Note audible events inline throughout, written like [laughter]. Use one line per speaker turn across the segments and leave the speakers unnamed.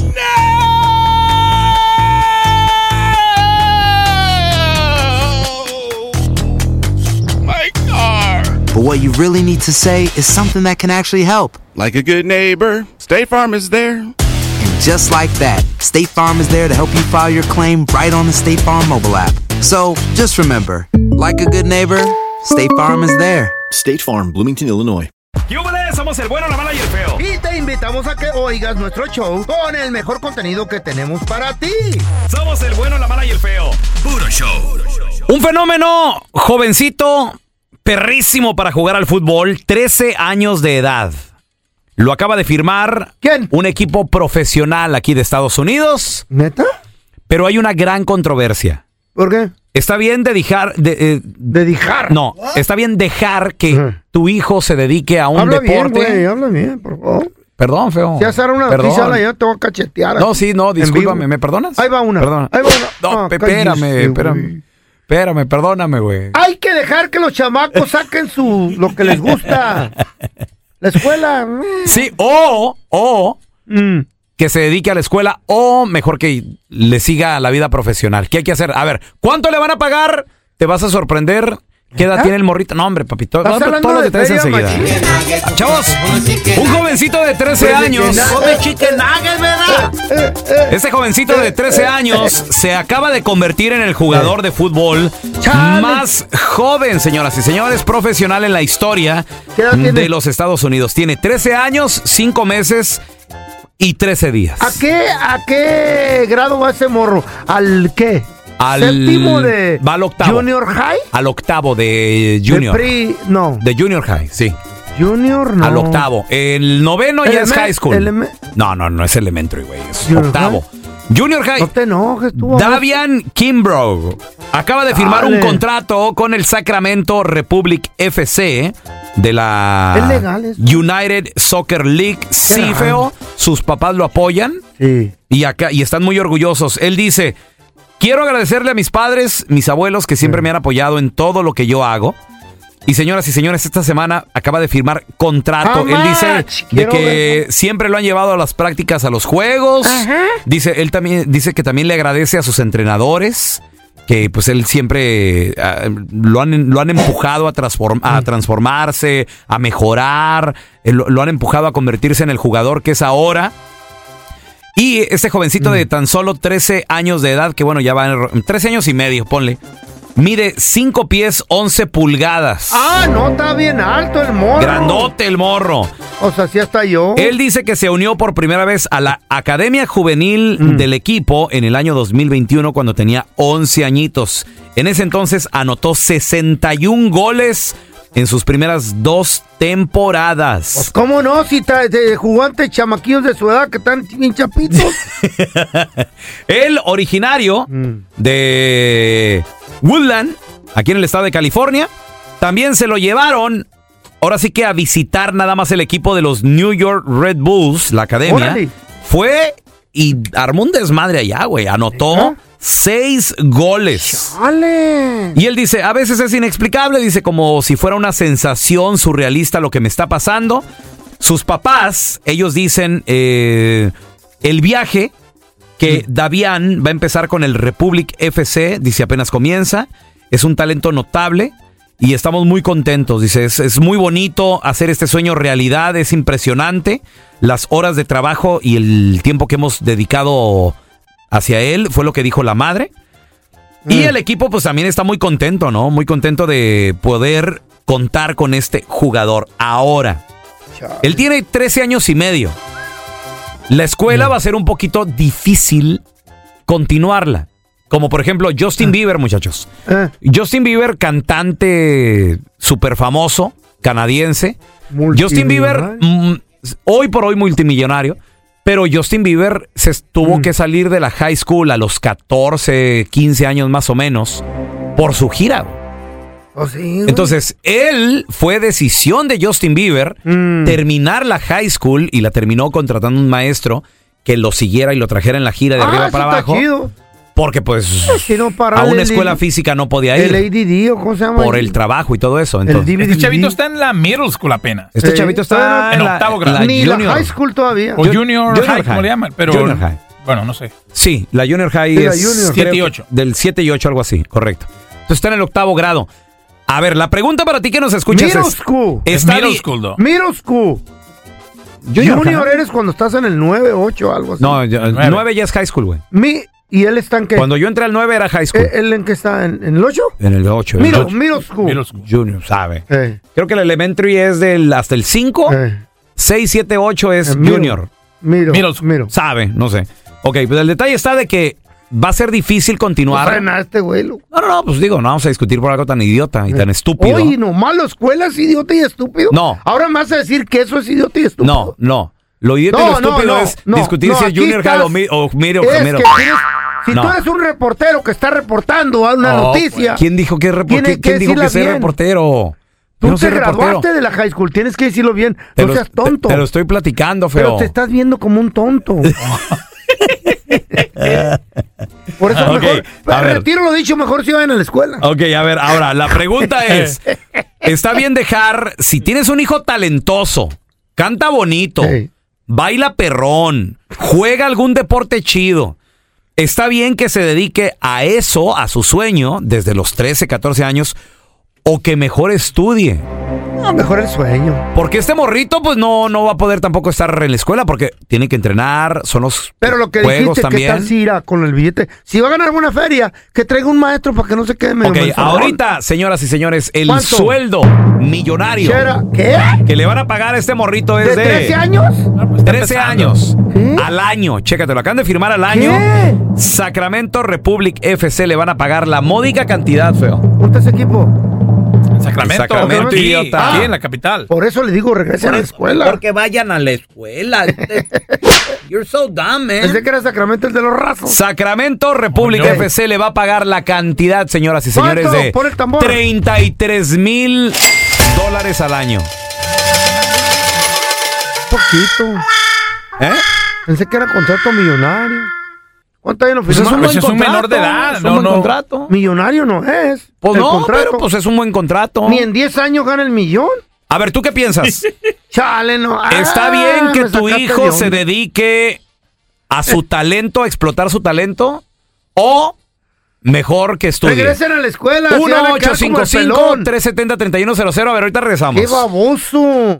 My car!
but what you really need to say is something that can actually help.
Like a good neighbor, State Farm is there.
And just like that, State Farm is there to help you file your claim right on the State Farm mobile app. So just remember, like a good neighbor, State Farm is there.
State Farm, Bloomington, Illinois.
¡Yúbales! Somos el bueno, la mala y el feo.
Y te invitamos a que oigas nuestro show con el mejor contenido que tenemos para ti.
Somos el bueno, la mala y el feo.
Puro show.
Un fenómeno jovencito, perrísimo para jugar al fútbol, 13 años de edad. Lo acaba de firmar
¿Quién?
un equipo profesional aquí de Estados Unidos,
¿Neta?
pero hay una gran controversia.
¿Por qué?
Está bien dedicar, de- eh,
Dedicar.
no, está bien dejar que
Ujú.
tu hijo se dedique a un
Habla
deporte.
bien, güey. Habla bien, por favor.
Perdón, feo.
Si haces una
Perdón.
noticia, ahora yo te voy a cachetear.
No, sí, no,
En vivo.
discúlpame, ¿me perdonas?
Ahí va una.
Perdona.
Ahí va una.
No,
Ah,
pe-
cállese,
espérame,
güey.
espérame. Espérame, perdóname, güey.
Hay que dejar que los chamacos saquen su lo que les
[laughs]
gusta. La escuela. mm,
Sí, o, o
mm.
que se dedique a la escuela, o mejor que le siga la vida profesional. ¿Qué hay que hacer? A ver, ¿cuánto le van a pagar? Te vas a sorprender. ¿Qué edad
¿Ah?
tiene el morrito? No, hombre, papito.
¿Estás hablando
todos los
de
detalles
feria,
enseguida. Chavos, un jovencito de 13 años. Este jovencito de 13 años se acaba de convertir en el jugador de fútbol
Chale.
más joven, señoras y señores, profesional en la historia
¿Qué edad tiene?
de los Estados Unidos. Tiene 13 años, 5 meses y 13 días.
¿A qué, ¿A qué grado va ese morro? ¿Al qué?
Al-
Séptimo de
va al octavo.
Junior High?
Al octavo de Junior.
De pre- no.
De Junior High, sí.
Junior no.
Al octavo. El noveno ya es
Elemen-
high school.
elemen-
No, no, no es elementary, güey. Es
Junior
octavo. Junior High.
No te enojes tú. ahora.
Davian Kimbrough acaba de firmar
Dale.
un contrato con el Sacramento Republic FC de la
Es legal eso.
United Soccer League. Sí,
raro.
feo. Sus papás lo apoyan
Sí.
y, acá, y están muy orgullosos. Él dice, quiero agradecerle a mis padres, mis abuelos, que siempre me han apoyado en todo lo que yo hago. Y señoras y señores, esta semana acaba de firmar contrato.
¡How
Él
much?
dice de
Quiero
que siempre lo han llevado a las prácticas, a los juegos.
Ajá.
Dice, él también dice que también le agradece a sus entrenadores, que pues él siempre ah, lo, han, lo han empujado a, transform-
Mm.
a transformarse, a mejorar, eh, lo- lo han empujado a convertirse en el jugador que es ahora. Y este jovencito
Mm.
de tan solo 13 años de edad, que bueno, ya va en ro- 13 años y medio, ponle. Mide 5 pies 11 pulgadas.
Ah, no, está bien alto el morro.
Grandote el morro.
O sea, sí hasta yo.
Él dice que se unió por primera vez a la Academia Juvenil del equipo en el año 2021 cuando tenía 11 añitos. En ese entonces anotó 61 goles en sus primeras dos
Pues,
temporadas.
¿Cómo no? Si ta- de jugantes chamaquillos de su edad que están bien
[laughs]
chapitos.
El originario
Mm.
de Woodland, aquí en el estado de California. También se lo llevaron, ahora sí que a visitar nada más el equipo de los New York Red Bulls, la academia.
Órale.
Fue y armó un desmadre allá, güey. Anotó
¿Neta?
seis goles.
¡Ale!
Y él dice, a veces es inexplicable, dice como si fuera una sensación surrealista lo que me está pasando. Sus papás, ellos dicen, eh, el viaje que Davián va a empezar con el Republic FC, dice apenas comienza, es un talento notable y estamos muy contentos, dice, es, es muy bonito hacer este sueño realidad, es impresionante las horas de trabajo y el tiempo que hemos dedicado hacia él, fue lo que dijo la madre. Y el equipo pues también está muy contento, ¿no? Muy contento de poder contar con este jugador ahora. Él tiene 13 años y medio. La escuela va a ser un poquito difícil continuarla. Como por ejemplo Justin Bieber, muchachos.
Eh,
Justin Bieber, cantante súper famoso, canadiense.
multimillonario.
Justin Bieber, mm, hoy por hoy multimillonario, pero Justin Bieber se es- tuvo
Mm.
que salir de la high school a los 14, 15 años más o menos por su gira. güey.
Oh, sí, güey.
Entonces, él fue decisión de Justin Bieber
Mm.
terminar la high school y la terminó contratando un maestro que lo siguiera y lo trajera en la gira de
Ah,
arriba
eso
para
está
abajo.
chido.
Porque pues
Si no para
a
el-
una escuela física no podía
El
ir
ADD o cómo se llama.
por el trabajo y todo eso.
El
Entonces,
DVD.
Este chavito está en la middle school apenas.
este
Sí.
chavito está
Ah,
en,
en
la-
octavo
la
grado.
Ni
junior.
la high school todavía.
O
Ju-
junior,
junior
high, como
high.
le llaman. Pero,
Junior high.
bueno, no sé.
Sí, la Junior High
Sí, la
es
junior.
Siete y
creo,
ocho.
Del 7 y 8, algo así, correcto. Entonces está en el octavo grado. A ver, la pregunta para ti que nos escuchas
Middle
es...
school.
Es
está
middle
di-
school, though.
Middle school.
Junior
Junior,
high.
eres cuando estás en el 9, 8 o algo así.
No, yo-
Nueve.
el 9 ya es high school, güey.
Mi, y él está en qué?
Cuando yo entré al 9 era high school.
Eh, ¿Él en qué está? ¿En, en el 8?
en el 8. el
Middle,
ocho.
middle school.
Middle school.
Junior, sabe.
Eh,
Creo que el elementary es del hasta el 5.
eh,
6, 7, 8 es
Eh, middle.
junior.
middle,
Middle school.
middle.
Sabe, no sé. Ok, pues el detalle está de que va a ser difícil
No
continuar.
sabe nada este güey, loco.
No, no, no, pues digo, no vamos a discutir por algo tan idiota y tan estúpido.
Oye, nomás la escuela es idiota y estúpido.
No.
Ahora me vas a decir que eso es idiota y estúpido.
No, no. Lo idiota y
No,
lo
no,
estúpido
no,
es
no,
discutir
no,
si es
aquí
junior high o,
estás-
mi- o middle.
Es
middle.
que tienes- si
No.
tú eres un reportero que está reportando a una
No,
noticia,
¿Quién dijo que, es repor-
Tienes
¿quién-
que
quién dijo que
decirla
soy
bien.
reportero?
tú
Yo no
te
soy
graduaste
reportero.
de la high school, tienes que decirlo bien.
Te
no
lo-
seas tonto.
Te, te lo estoy platicando,
pero
feo.
te estás viendo como un
[laughs]
tonto. Por eso
Ah, [laughs] ok,
mejor,
a ver.
retiro lo dicho, mejor si vayan a la escuela.
Ok, a ver, ahora, la
[laughs]
pregunta es: ¿está bien dejar, si tienes un hijo talentoso, canta bonito,
Ey.
baila perrón, juega algún deporte chido? ¿Está bien que se dedique a eso, a su sueño, desde los 13, 14 años, o que mejor estudie?
No, mejor el sueño.
Porque este morrito, pues no, no va a poder tampoco estar en la escuela porque tiene que entrenar, son los
Pero lo que
juegos
dijiste, que
también.
tal si irá con el billete? Si va a ganar una feria, que traiga un maestro para que no se quede medio
ok,
menso.
ahorita, señoras y señores, el
¿Cuánto?
sueldo millonario
Chera, ¿Qué?
que le van a pagar a este morrito
¿De
es de
13 años?
13 años
¿Sí?
al año. Chécate, lo acaban de firmar al año.
¿Qué?
Sacramento Republic FC le van a pagar la módica cantidad, feo.
¿Usted es equipo?
En Sacramento.
Sacramento, Ah.
aquí,
Ah,
idiota.
aquí en la capital.
Por eso le digo, regrese a la escuela.
vayan a la [laughs] escuela. You're so dumb,
Pensé que era Sacramento el de los rasos.
Sacramento Republic
Oh, no.
FC le va a pagar la cantidad, señoras y señores,
¿Cuánto?
de
Pon el tambor.
33 mil dólares al año.
Poquito.
¿Eh?
Pensé que era contrato millonario. ¿Cuánto hay en
Pues es un,
Pues
buen
es un
contrato,
menor de edad,
es un
no,
buen
no.
contrato.
Millonario no es.
Pues
el
no,
contrato.
pero pues es un buen contrato.
Ni en 10 años gana el millón. [laughs]
A ver, ¿tú qué piensas?
Chale, no.
¿Está
Ah,
bien que
me
tu
sacaste
hijo
de
se
onda.
dedique a su talento, a explotar su talento? ¿O mejor que estudie?
Regresen a la escuela. así van a quedar como el pelón.
1-855-370-3100. A ver, ahorita regresamos.
¡Qué baboso!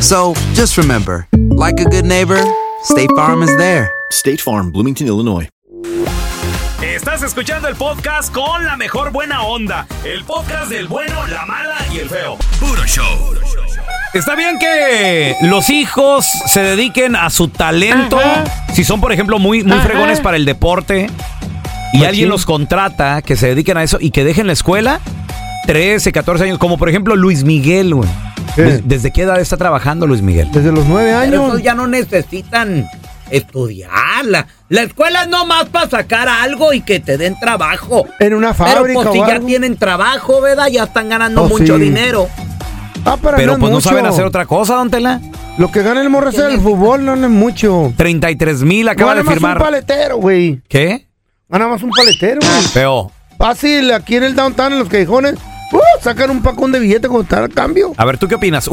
So just remember, like a good neighbor, State Farm is there.
State Farm, Bloomington, Illinois.
Estás escuchando el podcast con la mejor buena onda. El podcast del bueno, la mala y el feo. Puro show. Está bien que los hijos se dediquen a su talento. Si son, por ejemplo, muy, muy fregones para el deporte y
Pues
alguien los contrata, que se dediquen a eso y que dejen la escuela 13, 14 años. Como por ejemplo Luis Miguel, güey. Des- ¿Desde qué edad está trabajando Luis Miguel?
Desde los nueve
Pero
años.
esos ya no necesitan estudiar. La, la escuela es nomás para sacar algo y que te den trabajo.
En una
Pero
fábrica
pues si
o
ya
algo.
tienen trabajo, ¿verdad? Ya están ganando
Oh,
mucho
sí.
dinero.
Ah, para
Pero
ganar
pues no
mucho.
saben hacer otra cosa, don Tela.
Lo que gana el morro es el fútbol, no no es mucho.
33 mil acaba
Gana
de
más un
firmar.
paletero, güey.
¿Qué?
Gana más un paletero, güey.
Oh.
Feo.
Fácil, aquí en el downtown, en los callejones. Uh, sacan un pacón de billete con tal cambio.
A ver, ¿tú qué opinas?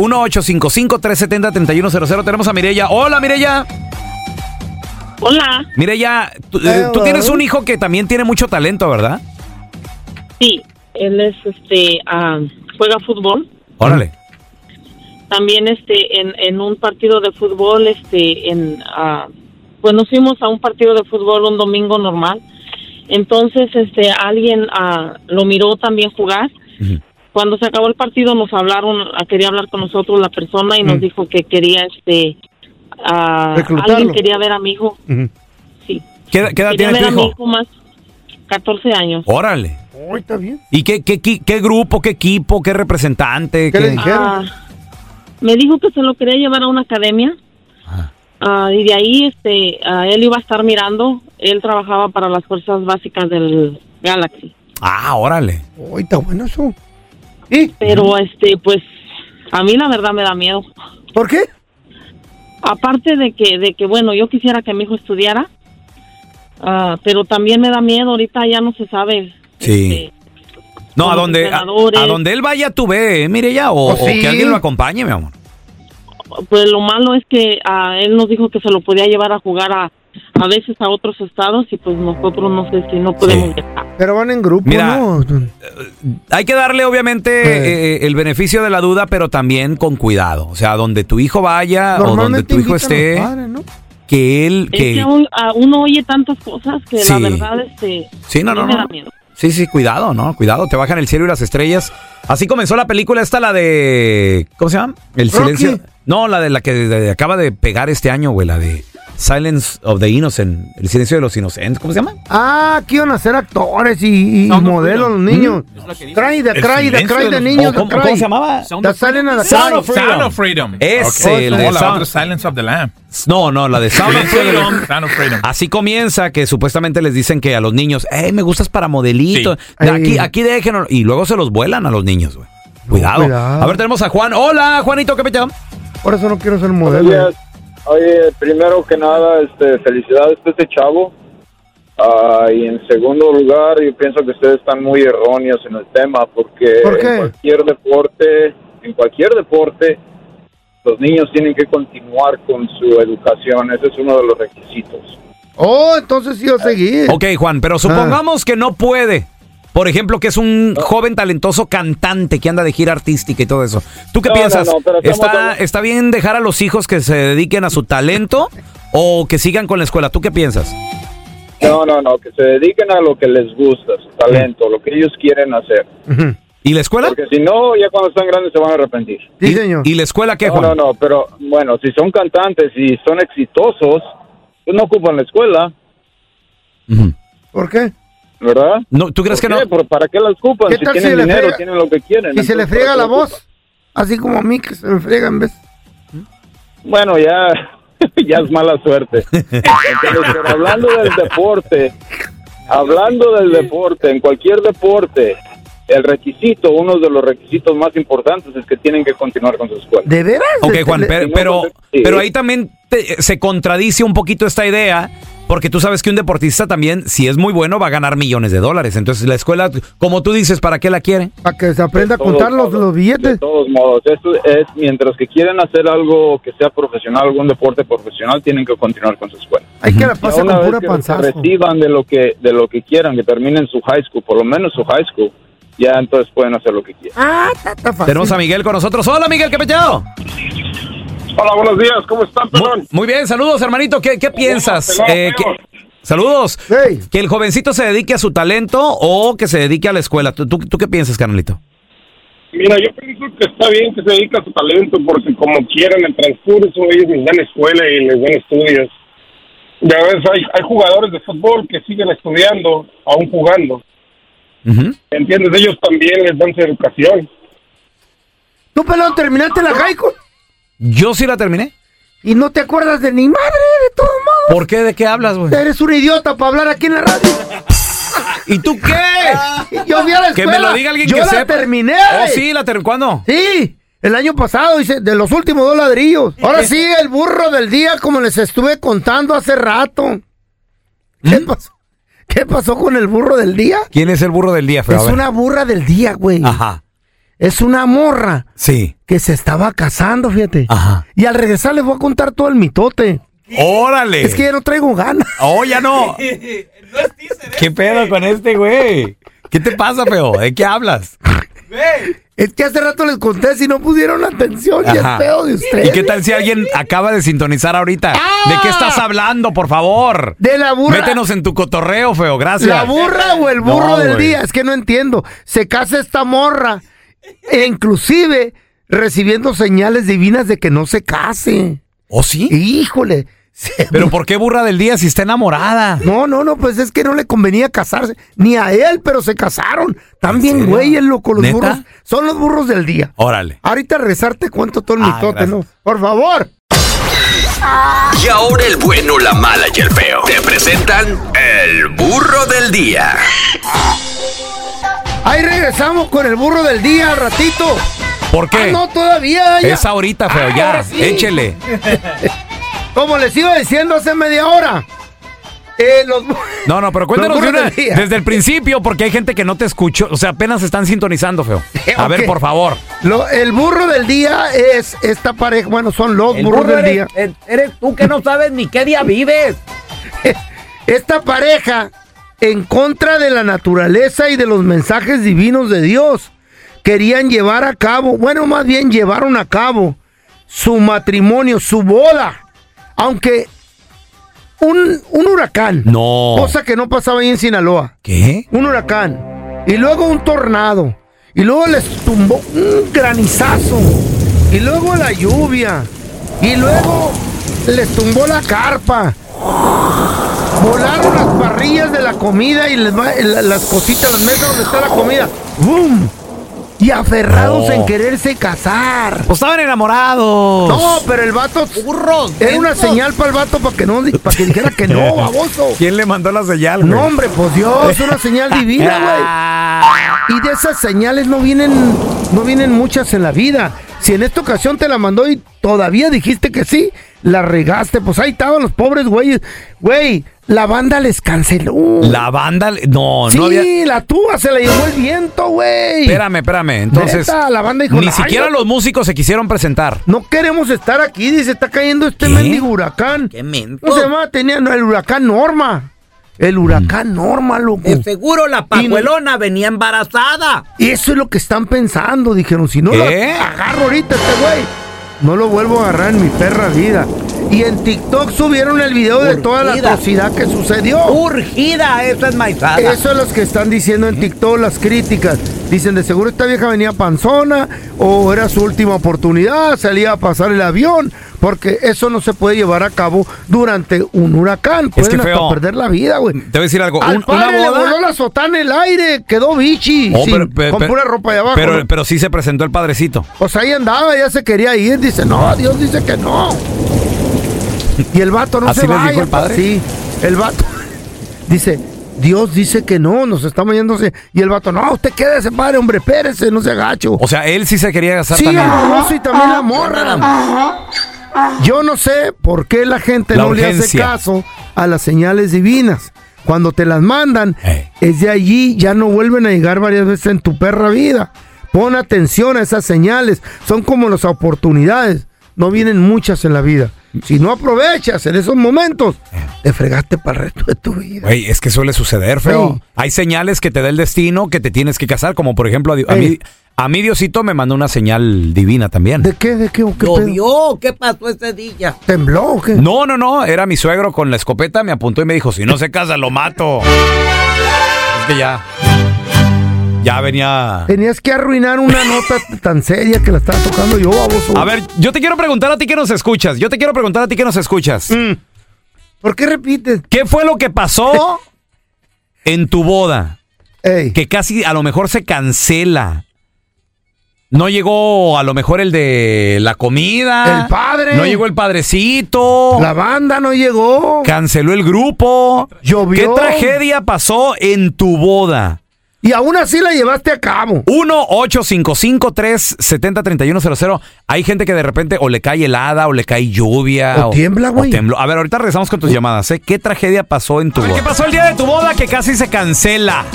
1-855-370-3100. Tenemos a Mirella. Hola, Mirella.
Hola,
Mirella, tú, eh,
Hello.
tú tienes un hijo que también tiene mucho talento, ¿verdad?
sí, él es este ah, juega fútbol.
Órale.
También este en, en un partido de fútbol este en ah, pues nos fuimos a un partido de fútbol un domingo normal. Entonces este alguien ah, lo miró también jugar.
Ujú.
Cuando se acabó el partido nos hablaron, ah, quería hablar con nosotros la persona y
Mm.
nos dijo que quería este ah,
Reclutarlo.
alguien quería ver a mi hijo. Sí.
¿Qué, edad- qué edad
Quería
tiene
ver
tu
a mi
hijo?
hijo más 14 años.
Órale.
Hoy está bien.
¿Y qué, qué, qué- qué grupo, qué equipo, qué representante?
¿Qué le
qué-
dije? dijeron?
Ah, me dijo que se lo quería llevar a una academia. Ah, y de ahí este, ah, él iba a estar mirando. Él trabajaba para las fuerzas básicas del Galaxy.
Ah, órale.
Hoy está bueno eso. ¿Y
Pero este, pues, a mí la verdad me da miedo.
por qué?
Aparte de que, de que bueno, yo quisiera que mi hijo estudiara, ah, pero también me da miedo. Ahorita ya no se sabe.
Sí.
este,
No, a
Con
donde, a,
entrenadores.
a donde él vaya, tú ve, ¿eh, Mirella, o,
Pues
o
sí.
que alguien lo acompañe, mi amor.
pues lo malo es que a él nos dijo que se lo podía llevar a jugar a, a veces a otros estados y pues nosotros no sé si no podemos viajar.
Pero van en grupo,
Mira.
¿no?
Hay que darle, obviamente,
Eh.
eh, el beneficio de la duda, pero también con cuidado. O sea, donde tu hijo vaya o donde tu hijo
invitan
esté,
los padres, ¿no?
que él...
Es que aún- a uno oye tantas cosas que
Sí.
la verdad este
Sí, no,
a mí
no,
me
no.
da miedo.
Sí, sí, cuidado, ¿no? Cuidado, te bajan el cielo y las estrellas. Así comenzó la película esta, la de... ¿Cómo se llama? El
Rocky.
silencio... No, la de la que de- de- acaba de pegar este año, güey, la de Silence of the Innocent, el silencio de los inocentes, ¿cómo se llama?
Ah, que iban a ser actores y, y modelos los niños.
Mm.
Trae de cry, de
silencio
cry
de
de
los-
niños, de
¿Cómo, cómo
cry.
se llamaba?
Te salen a la
Sound
calle.
of Freedom. Sound of Freedom.
Ese,
Ok.
el de
O la
Sound-
otra, Silence of the Lamb.
No,
[laughs]
no, la de Sound of
Silencio de
Freedom.
los- Sound of Freedom.
Así comienza que supuestamente les dicen que a los niños, hey, me gustas para modelito,
Sí.
de aquí,
Ey.
aquí déjenlo. Y luego se los vuelan a los niños, güey. Cuidado.
cuidado.
A ver, tenemos a Juan. Hola, Juanito, ¿qué pecho?
Por eso no quiero ser modelo.
Oye, primero que nada, este, felicidades a este chavo. Ah, y en segundo lugar, yo pienso que ustedes están muy erróneos en el tema,
Eh,
porque
¿Por qué?
en cualquier deporte, en cualquier deporte, los niños tienen que continuar con su educación. Ese es uno de los requisitos.
Oh, entonces sí yo seguí. Ah.
Ok, Juan, pero supongamos que no puede. Por ejemplo, que es un joven talentoso cantante que anda de gira artística y todo eso. ¿Tú qué
No,
piensas?
no, no, pero estamos
¿Está,
hablando-
¿Está bien dejar a los hijos que se dediquen a su talento o que sigan con la escuela? ¿Tú qué piensas?
No, no, no, que se dediquen a lo que les gusta, su talento, lo que ellos quieren hacer.
Ujú.
¿Y la escuela?
Porque si no, ya cuando están grandes se van a arrepentir.
Sí,
¿Y-
señor.
¿Y la escuela qué,
No,
Juan?
no, no, pero bueno, si son cantantes y son exitosos, pues no ocupan la escuela,
Ujú.
¿Por qué?
¿verdad?
No, ¿Tú crees que
¿Por
no?
qué? ¿Por- ¿Para qué la ocupan?
¿Qué
Si
tal si
tienen
le
dinero,
friega-
tienen lo que
Y
quieren.
se
entonces,
le
¿para
friega
qué
la
ocupan?
voz. Así como a mí que se me friega en vez.
Bueno, ya, [laughs] ya es mala suerte. Entonces, pero hablando del deporte, hablando del deporte, en cualquier deporte, el requisito, uno de los requisitos más importantes es que tienen que continuar con su escuela.
¿De veras?
Ok,
Este,
Juan,
le-
pero,
no,
pero,
no, sí.
pero ahí también te- se contradice un poquito esta idea, porque tú sabes que un deportista también, si es muy bueno, va a ganar millones de dólares. Entonces, la escuela, como tú dices, ¿para qué la quiere?
Para que se
De
aprenda a
todos
contar los,
modos,
los
De
billetes.
todos modos, esto es mientras que quieren hacer algo que sea profesional, algún deporte profesional, tienen que continuar con su escuela.
Hay que la pasa
Ya una
con
vez
pura
que
panzazo.
reciban de lo que de lo que quieran, que terminen su high school, por lo menos su high school, ya entonces pueden hacer lo que quieran.
Ah,
Tenemos a Miguel con nosotros. Hola, Miguel, qué peteado.
Hola, buenos días, ¿cómo están,
pelón? Muy, bien, saludos, hermanito. ¿Qué, qué piensas?
pelón,
Eh, que- saludos. Que el jovencito se dedique a su talento o que se dedique a la escuela. ¿Tú, tú, tú qué piensas, carnalito?
Mira, yo pienso que está bien que se dedica a su talento porque como quieran el transcurso ellos les dan escuela y les dan estudios. Ya ves, hay, hay jugadores de fútbol que siguen estudiando, aún jugando. ¿Entiendes? Ellos también les dan su educación.
¿Tú, pelón, terminaste la high school?
Yo sí la terminé.
Y no te acuerdas de ni madre, de todos modos.
¿Por qué? ¿De qué hablas, güey?
Eres un idiota para hablar aquí en la radio.
[laughs] ¿Y tú
[laughs]
qué?
Yo vi a la escuela.
Que me lo diga alguien
Yo
que
la
sepa.
terminé.
Oh, sí, la terminé. ¿Cuándo?
Sí, el año pasado, hice de los últimos dos ladrillos.
Eh.
Ahora sí, el burro del día, como les estuve contando hace rato.
¿Mm?
¿Qué pasó? ¿Qué pasó con el burro del día?
¿Quién es el burro del día, Fer? A
Es
ver.
una burra del día, güey.
Ajá.
Es una morra
Sí.
que se estaba casando, fíjate. Ajá. Y al regresar les voy a contar todo el mitote.
¡Órale!
Es que ya no traigo ganas.
¡Oh, ya no! ¿Qué pedo con este, güey? ¿Qué te pasa, feo? ¿De qué hablas?
Es que hace rato les conté si no pusieron atención y es
Ajá.
feo de ustedes. Ah.
¿Y qué tal si alguien acaba de sintonizar ahorita? ¿De qué estás hablando, por favor?
De la burra.
Métenos en tu cotorreo, feo. Gracias.
¿La burra o el burro
No,
del
güey.
día? Es que no entiendo. Se casa esta morra, e inclusive recibiendo señales divinas de que no se case.
¿O ¿Oh, sí?
Híjole.
¿Pero por qué burra del día si está enamorada?
No, no, no, pues es que no le convenía casarse, ni a él, pero se casaron. También, güey, el loco, los
¿Neta?
burros. Son los burros del día.
Órale.
Ahorita rezarte cuánto todo el
Ah,
mitote,
gracias.
¿no? Por favor.
Y ahora el bueno, la mala y el feo. Te presentan el burro del día.
Ahí regresamos con el burro del día al ratito.
¿Por qué?
Ah, no, todavía. ya.
Es ahorita, feo.
Ah,
ya,
ahora sí.
échele.
[laughs] Como les iba diciendo hace media hora. eh, los...
No, no, pero cuéntanos
Los
de
burros
una-
del día.
desde el principio, porque hay gente que no te escuchó. O sea, apenas están
[laughs]
sintonizando, feo. A
ok.
ver, por favor.
[laughs] Lo- el burro del día es esta pareja. Bueno, son los
El
burros
burro
del
eres-
día.
e- Eres tú que no sabes ni qué día vives.
[laughs] Esta pareja, en contra de la naturaleza y de los mensajes divinos de Dios, querían llevar a cabo, bueno, más bien llevaron a cabo su matrimonio, su boda. Aunque un, un huracán.
No.
Cosa que no pasaba ahí en Sinaloa.
¿Qué?
Un huracán. Y luego un tornado. Y luego les tumbó un granizazo. Y luego la lluvia. Y luego les tumbó la carpa. Volaron las parrillas de la comida y les va- la- las cositas, las mesas donde está la comida. ¡Bum! Y aferrados
No.
en quererse casar.
Pues estaban enamorados.
No, pero el vato. Era una
mentos.
señal para el vato para que no para que dijera que
[laughs]
no, baboso.
¿Quién le mandó la señal, güey?
No, hombre, pues Dios,
[laughs]
una señal divina,
Ah.
güey. Y de esas señales no vienen, no vienen muchas en la vida. Si en esta ocasión te la mandó y todavía dijiste que sí, la regaste. Pues ahí estaban los pobres güeyes. Güey, la banda les canceló.
La banda. le- No,
sí,
no había.
la tuba se la llevó el viento, güey.
Espérame, espérame. Entonces.
Neta, la banda dijo,
ni
"Ay,
siquiera
no".
los músicos se quisieron presentar.
No queremos estar aquí, dice, está cayendo este mendigo huracán.
¿Qué mento?
No se llama, tenía no, el huracán Norma. El
Mm.
huracán Norma, loco.
De seguro la pajuelona venía embarazada.
Y eso es lo que están pensando, dijeron. Si no lo
¿Qué?
agarro ahorita a este güey, no lo vuelvo a agarrar en mi perra vida. Y en TikTok subieron el video de toda la
Urgida.
atrocidad que sucedió.
Urgida, esa es maizada.
Eso es lo que están diciendo en TikTok las críticas. Dicen, de seguro esta vieja venía panzona o era su última oportunidad, salía a pasar el avión, porque eso no se puede llevar a cabo durante un huracán.
Es
Pueden
que
hasta
feo.
perder la vida, güey.
Te voy a decir algo.
Al
un- una
padre le
boda.
voló la sotana en el aire, quedó bichi,
Oh,
sin-
pero- pero-
con
pero-
pura ropa de abajo.
Pero,
¿no?
pero sí se presentó el padrecito.
Pues ahí andaba, ya se quería ir. Dice, no, Dios dice que no. Y el vato no
¿Así
se
les
vaya.
dijo el padre?
Sí, el vato [laughs] dice, Dios dice que no, nos estamos yéndose. Y el vato, no, usted quédese, padre, hombre, espérese, no se agacho.
O sea, él sí se quería casar
Sí,
también.
el baboso y también la morra. Yo no sé por qué la gente
La
no le hace
urgencia.
caso a las señales divinas. Cuando te las mandan,
Eh.
es de allí, ya no vuelven a llegar varias veces en tu perra vida. Pon atención a esas señales. Son como las oportunidades. No vienen muchas en la vida. Si no aprovechas en esos momentos,
te fregaste para el resto de tu vida.
Güey, es que suele suceder, feo. Hay señales que te da el destino que te tienes que casar, como por ejemplo a, di- a mí, a mí Diosito me mandó una señal divina también. ¿De
qué? ¿De qué?
¿Llovió? ¿Qué pasó ese día?
¿Tembló o qué?
No, no, no. Era mi suegro con la escopeta, me apuntó y me dijo, si no se casa, lo mato. Es que ya. Ya venía.
Tenías que arruinar una
[laughs]
nota tan seria que la estaba tocando yo, baboso.
A ver, yo te quiero preguntar a ti que nos escuchas. Yo te quiero preguntar a ti que nos escuchas.
Mm. ¿Por qué repites?
¿Qué fue lo
[laughs]
que pasó en tu boda? Que casi a lo mejor se cancela. No llegó a lo mejor el de la comida.
El padre.
No llegó el padrecito.
La banda no llegó.
Canceló el grupo.
Llovió.
¿Qué tragedia pasó en tu boda?
Y aún así la llevaste a cabo.
1-855-370-3100. Hay gente que de repente o le cae helada o le cae lluvia.
O tiembla, güey.
tiembla. A ver, ahorita regresamos con tus llamadas. ¿eh? ¿Qué tragedia pasó en tu boda? ¿Qué pasó el día de tu boda que casi se cancela?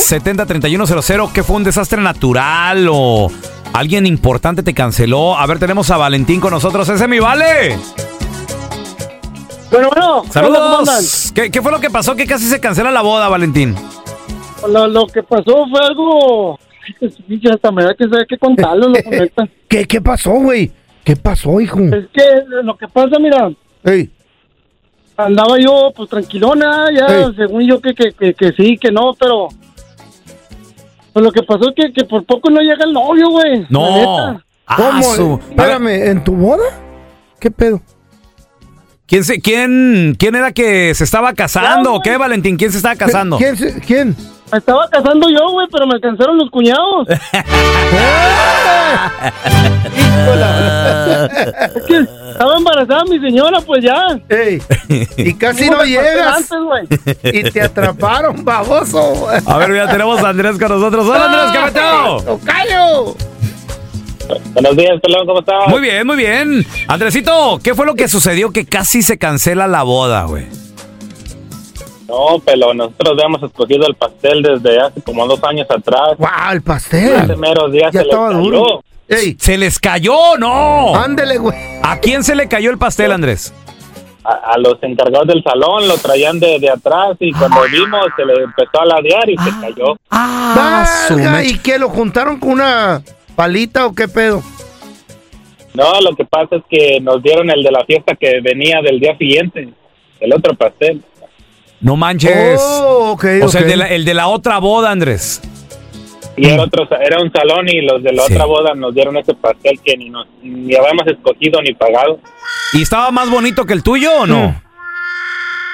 1-855-370-3100. ¿Qué fue un desastre natural o alguien importante te canceló? A ver, tenemos a Valentín con nosotros. ¡Ese es mi vale!
Bueno, bueno. ¿cómo andan?
¡Saludos! ¿Qué, qué fue lo que pasó que casi se cancela la boda, Valentín?
Lo, lo que pasó fue algo... pues, Pinche, Hasta me da que saber qué contarlo, loco, neta.
Eh, ¿Qué, qué pasó, güey? ¿Qué pasó, hijo?
Es que lo que pasa, mira... Andaba yo, pues, tranquilona, ya, según yo que, que, que, que sí, que no, pero... Pues lo que pasó es que, que por poco no llega el novio, güey. la neta.
¿Cómo? Espérame, ¿en tu boda? ¿Qué pedo?
¿Quién, se- quién, ¿Quién era que se estaba casando o qué, Valentín? ¿Quién se estaba casando?
¿Quién? se- ¿Quién?
Me estaba casando yo, güey, pero me alcanzaron los
[laughs]
cuñados. es que estaba embarazada mi señora, pues ya.
Y casi
Digo,
no
me pasé
llegas.
antes, güey.
y te atraparon, baboso.
A ver, ya tenemos a Andrés con nosotros. ¡Hola, Andrés Cameteo!
¡Tocayo!
Buenos días, pelón, ¿cómo estás?
Muy bien, muy bien. Andresito, ¿qué fue lo que sucedió que casi se cancela la boda, güey?
No, pelón, nosotros habíamos escogido el pastel desde hace como dos años atrás.
¡Wow, el pastel!
Hace meros días se le cayó.
¿Se les cayó? ¡No!
Ándele, güey.
¿A quién se le cayó el pastel, Andrés?
A, a los encargados del salón lo traían de, de atrás y cuando vimos se le empezó a ladear y se cayó.
Ah,
Valga, ¿Y qué? ¿Lo juntaron con una palita o qué pedo?
No, lo que pasa es que nos dieron el de la fiesta que venía del día siguiente, el otro pastel.
No manches.
Oh, ok,
o sea,
ok.
El, de la, el de la otra boda, Andrés.
Y era, otro, sa- era un salón y los de la otra boda nos dieron ese pastel que ni, nos, ni habíamos escogido ni pagado.
¿Y estaba más bonito que el tuyo o
Mm.
no?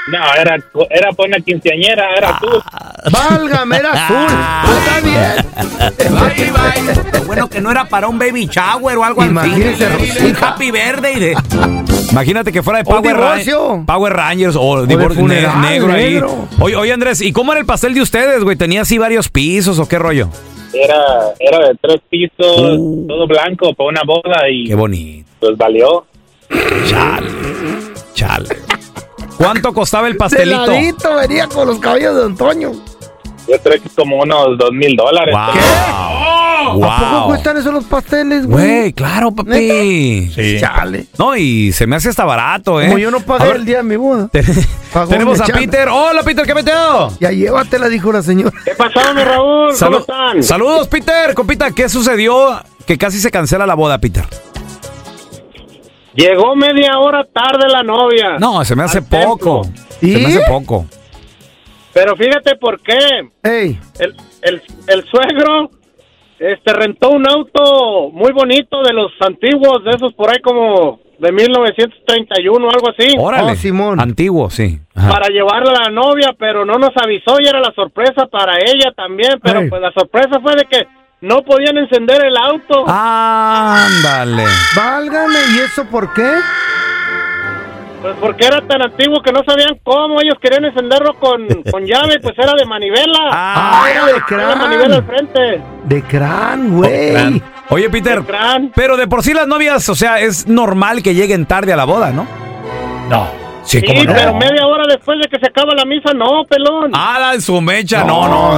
No, era, era para una quinceañera, era tú.
¡Válgame, era azul!
¡Está bien! ¡Bye, bye! Bueno, que no era para un baby shower o algo así. Un happy verde y de... Imagínate que fuera de
O
Power, Ra-
divorcio.
Power Rangers o,
de
divorcio ne-
funeral,
negro ahí.
negro.
Oye, oye, Andrés, ¿y cómo era el pastel de ustedes, güey? ¿Tenía así varios pisos o qué rollo?
Era, era de tres pisos, todo blanco, para una boda y
Uh. Qué bonito.
pues valió.
Chale, chale. ¿Cuánto costaba el
De
pastelito?
ladito venía con los cabellos de Antonio.
Yo creo que como unos dos mil dólares.
¡Oh!
¿A poco
¡Wow!
cuestan esos los pasteles,
Güey,
güey?
claro, papi.
Sí. Chale.
No, y se me hace hasta barato, ¿eh?
Como yo no pagué
A ver,
el día de mi boda. Pagó
Tenemos
mi
a
chana.
Peter. ¡Hola, Peter! ¿Qué meteo?
Ya llévatela, dijo la señora.
¿Qué pasó, mi Raúl?
Salu- Saludos, Peter. Compita, ¿qué sucedió que casi se cancela la boda, Peter?
Llegó media hora tarde la novia.
No, se me hace poco. Se me hace poco.
Pero fíjate por qué. El, el, el suegro este rentó un auto muy bonito de los antiguos, de esos por ahí como de 1931 o algo así.
Oh,
Órale. Antiguo, sí. Ajá.
para llevarla a la novia, pero no nos avisó y era la sorpresa para ella también, pero pues la sorpresa fue de que no podían encender el auto.
Ándale.
Válgame, ¿y eso por qué?
Pues porque era tan antiguo que no sabían cómo, ellos querían encenderlo con, con llave, pues era de manivela.
Ah, era de
Era de
crán.
manivela al frente.
De crán, güey.
Gran. Oye, Peter, pero de por sí las novias, o sea, es normal que lleguen tarde a la boda, ¿no? No. Sí,
Sí,
cómo no.
pero media hora después de que se acaba la misa, no, pelón.
Ah, en su mecha, no, no.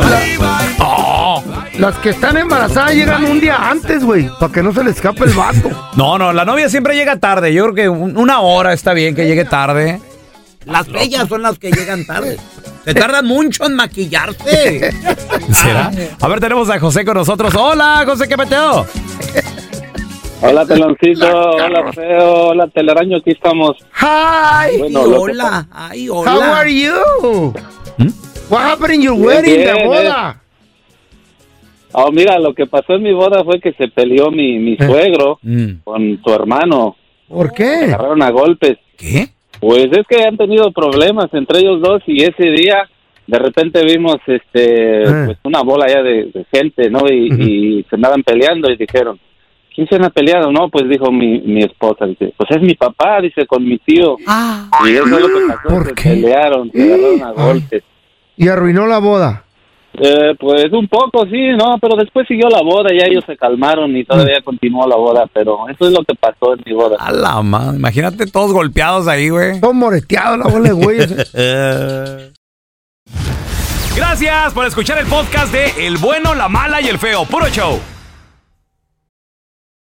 No,
Las que están embarazadas llegan un día antes, güey, para que no se les escape el vato.
no, no, la novia siempre llega tarde. Yo creo que un- una hora está bien que llegue tarde.
Las bellas son las que llegan tarde. Se tardan mucho en
[laughs]
maquillarse.
Ah,
¿Será? A ver, tenemos a José con nosotros. Hola, José, ¿qué peteo?
Hola, teloncito. Hola, feo. Hola, telaraño. Aquí estamos.
Hi.
Bueno, lo que
hola, ay, hola.
How are you? What happened in your
Bien,
wedding,
bien, eh.
la boda?
Oh, mira, lo que pasó en mi boda fue que se peleó mi, mi suegro con su hermano.
Eh. Mm. ¿Por
Se
qué?
agarraron a golpes.
¿Qué?
Pues es que han tenido problemas entre ellos dos y ese día de repente vimos este
Eh.
pues una bola ya de, de gente, ¿no? Y, y se andaban peleando y dijeron, ¿quién se han peleado? No, pues dijo mi, mi esposa, dice, pues es mi papá, dice, con mi tío. Y eso es lo que pasó, se pelearon, se agarraron a golpes.
Y arruinó la boda.
Eh, pues un poco, sí, no, pero después siguió la boda, ya ellos se calmaron y todavía continuó la boda, pero eso es lo que pasó en mi boda.
Mm. A la madre, imagínate todos golpeados ahí, güey.
Todos moreteados,
[laughs]
la bola de
[laughs]
güeyes.
Eh,
eh.
Gracias por escuchar el podcast de El bueno, la mala y el feo. Puro show.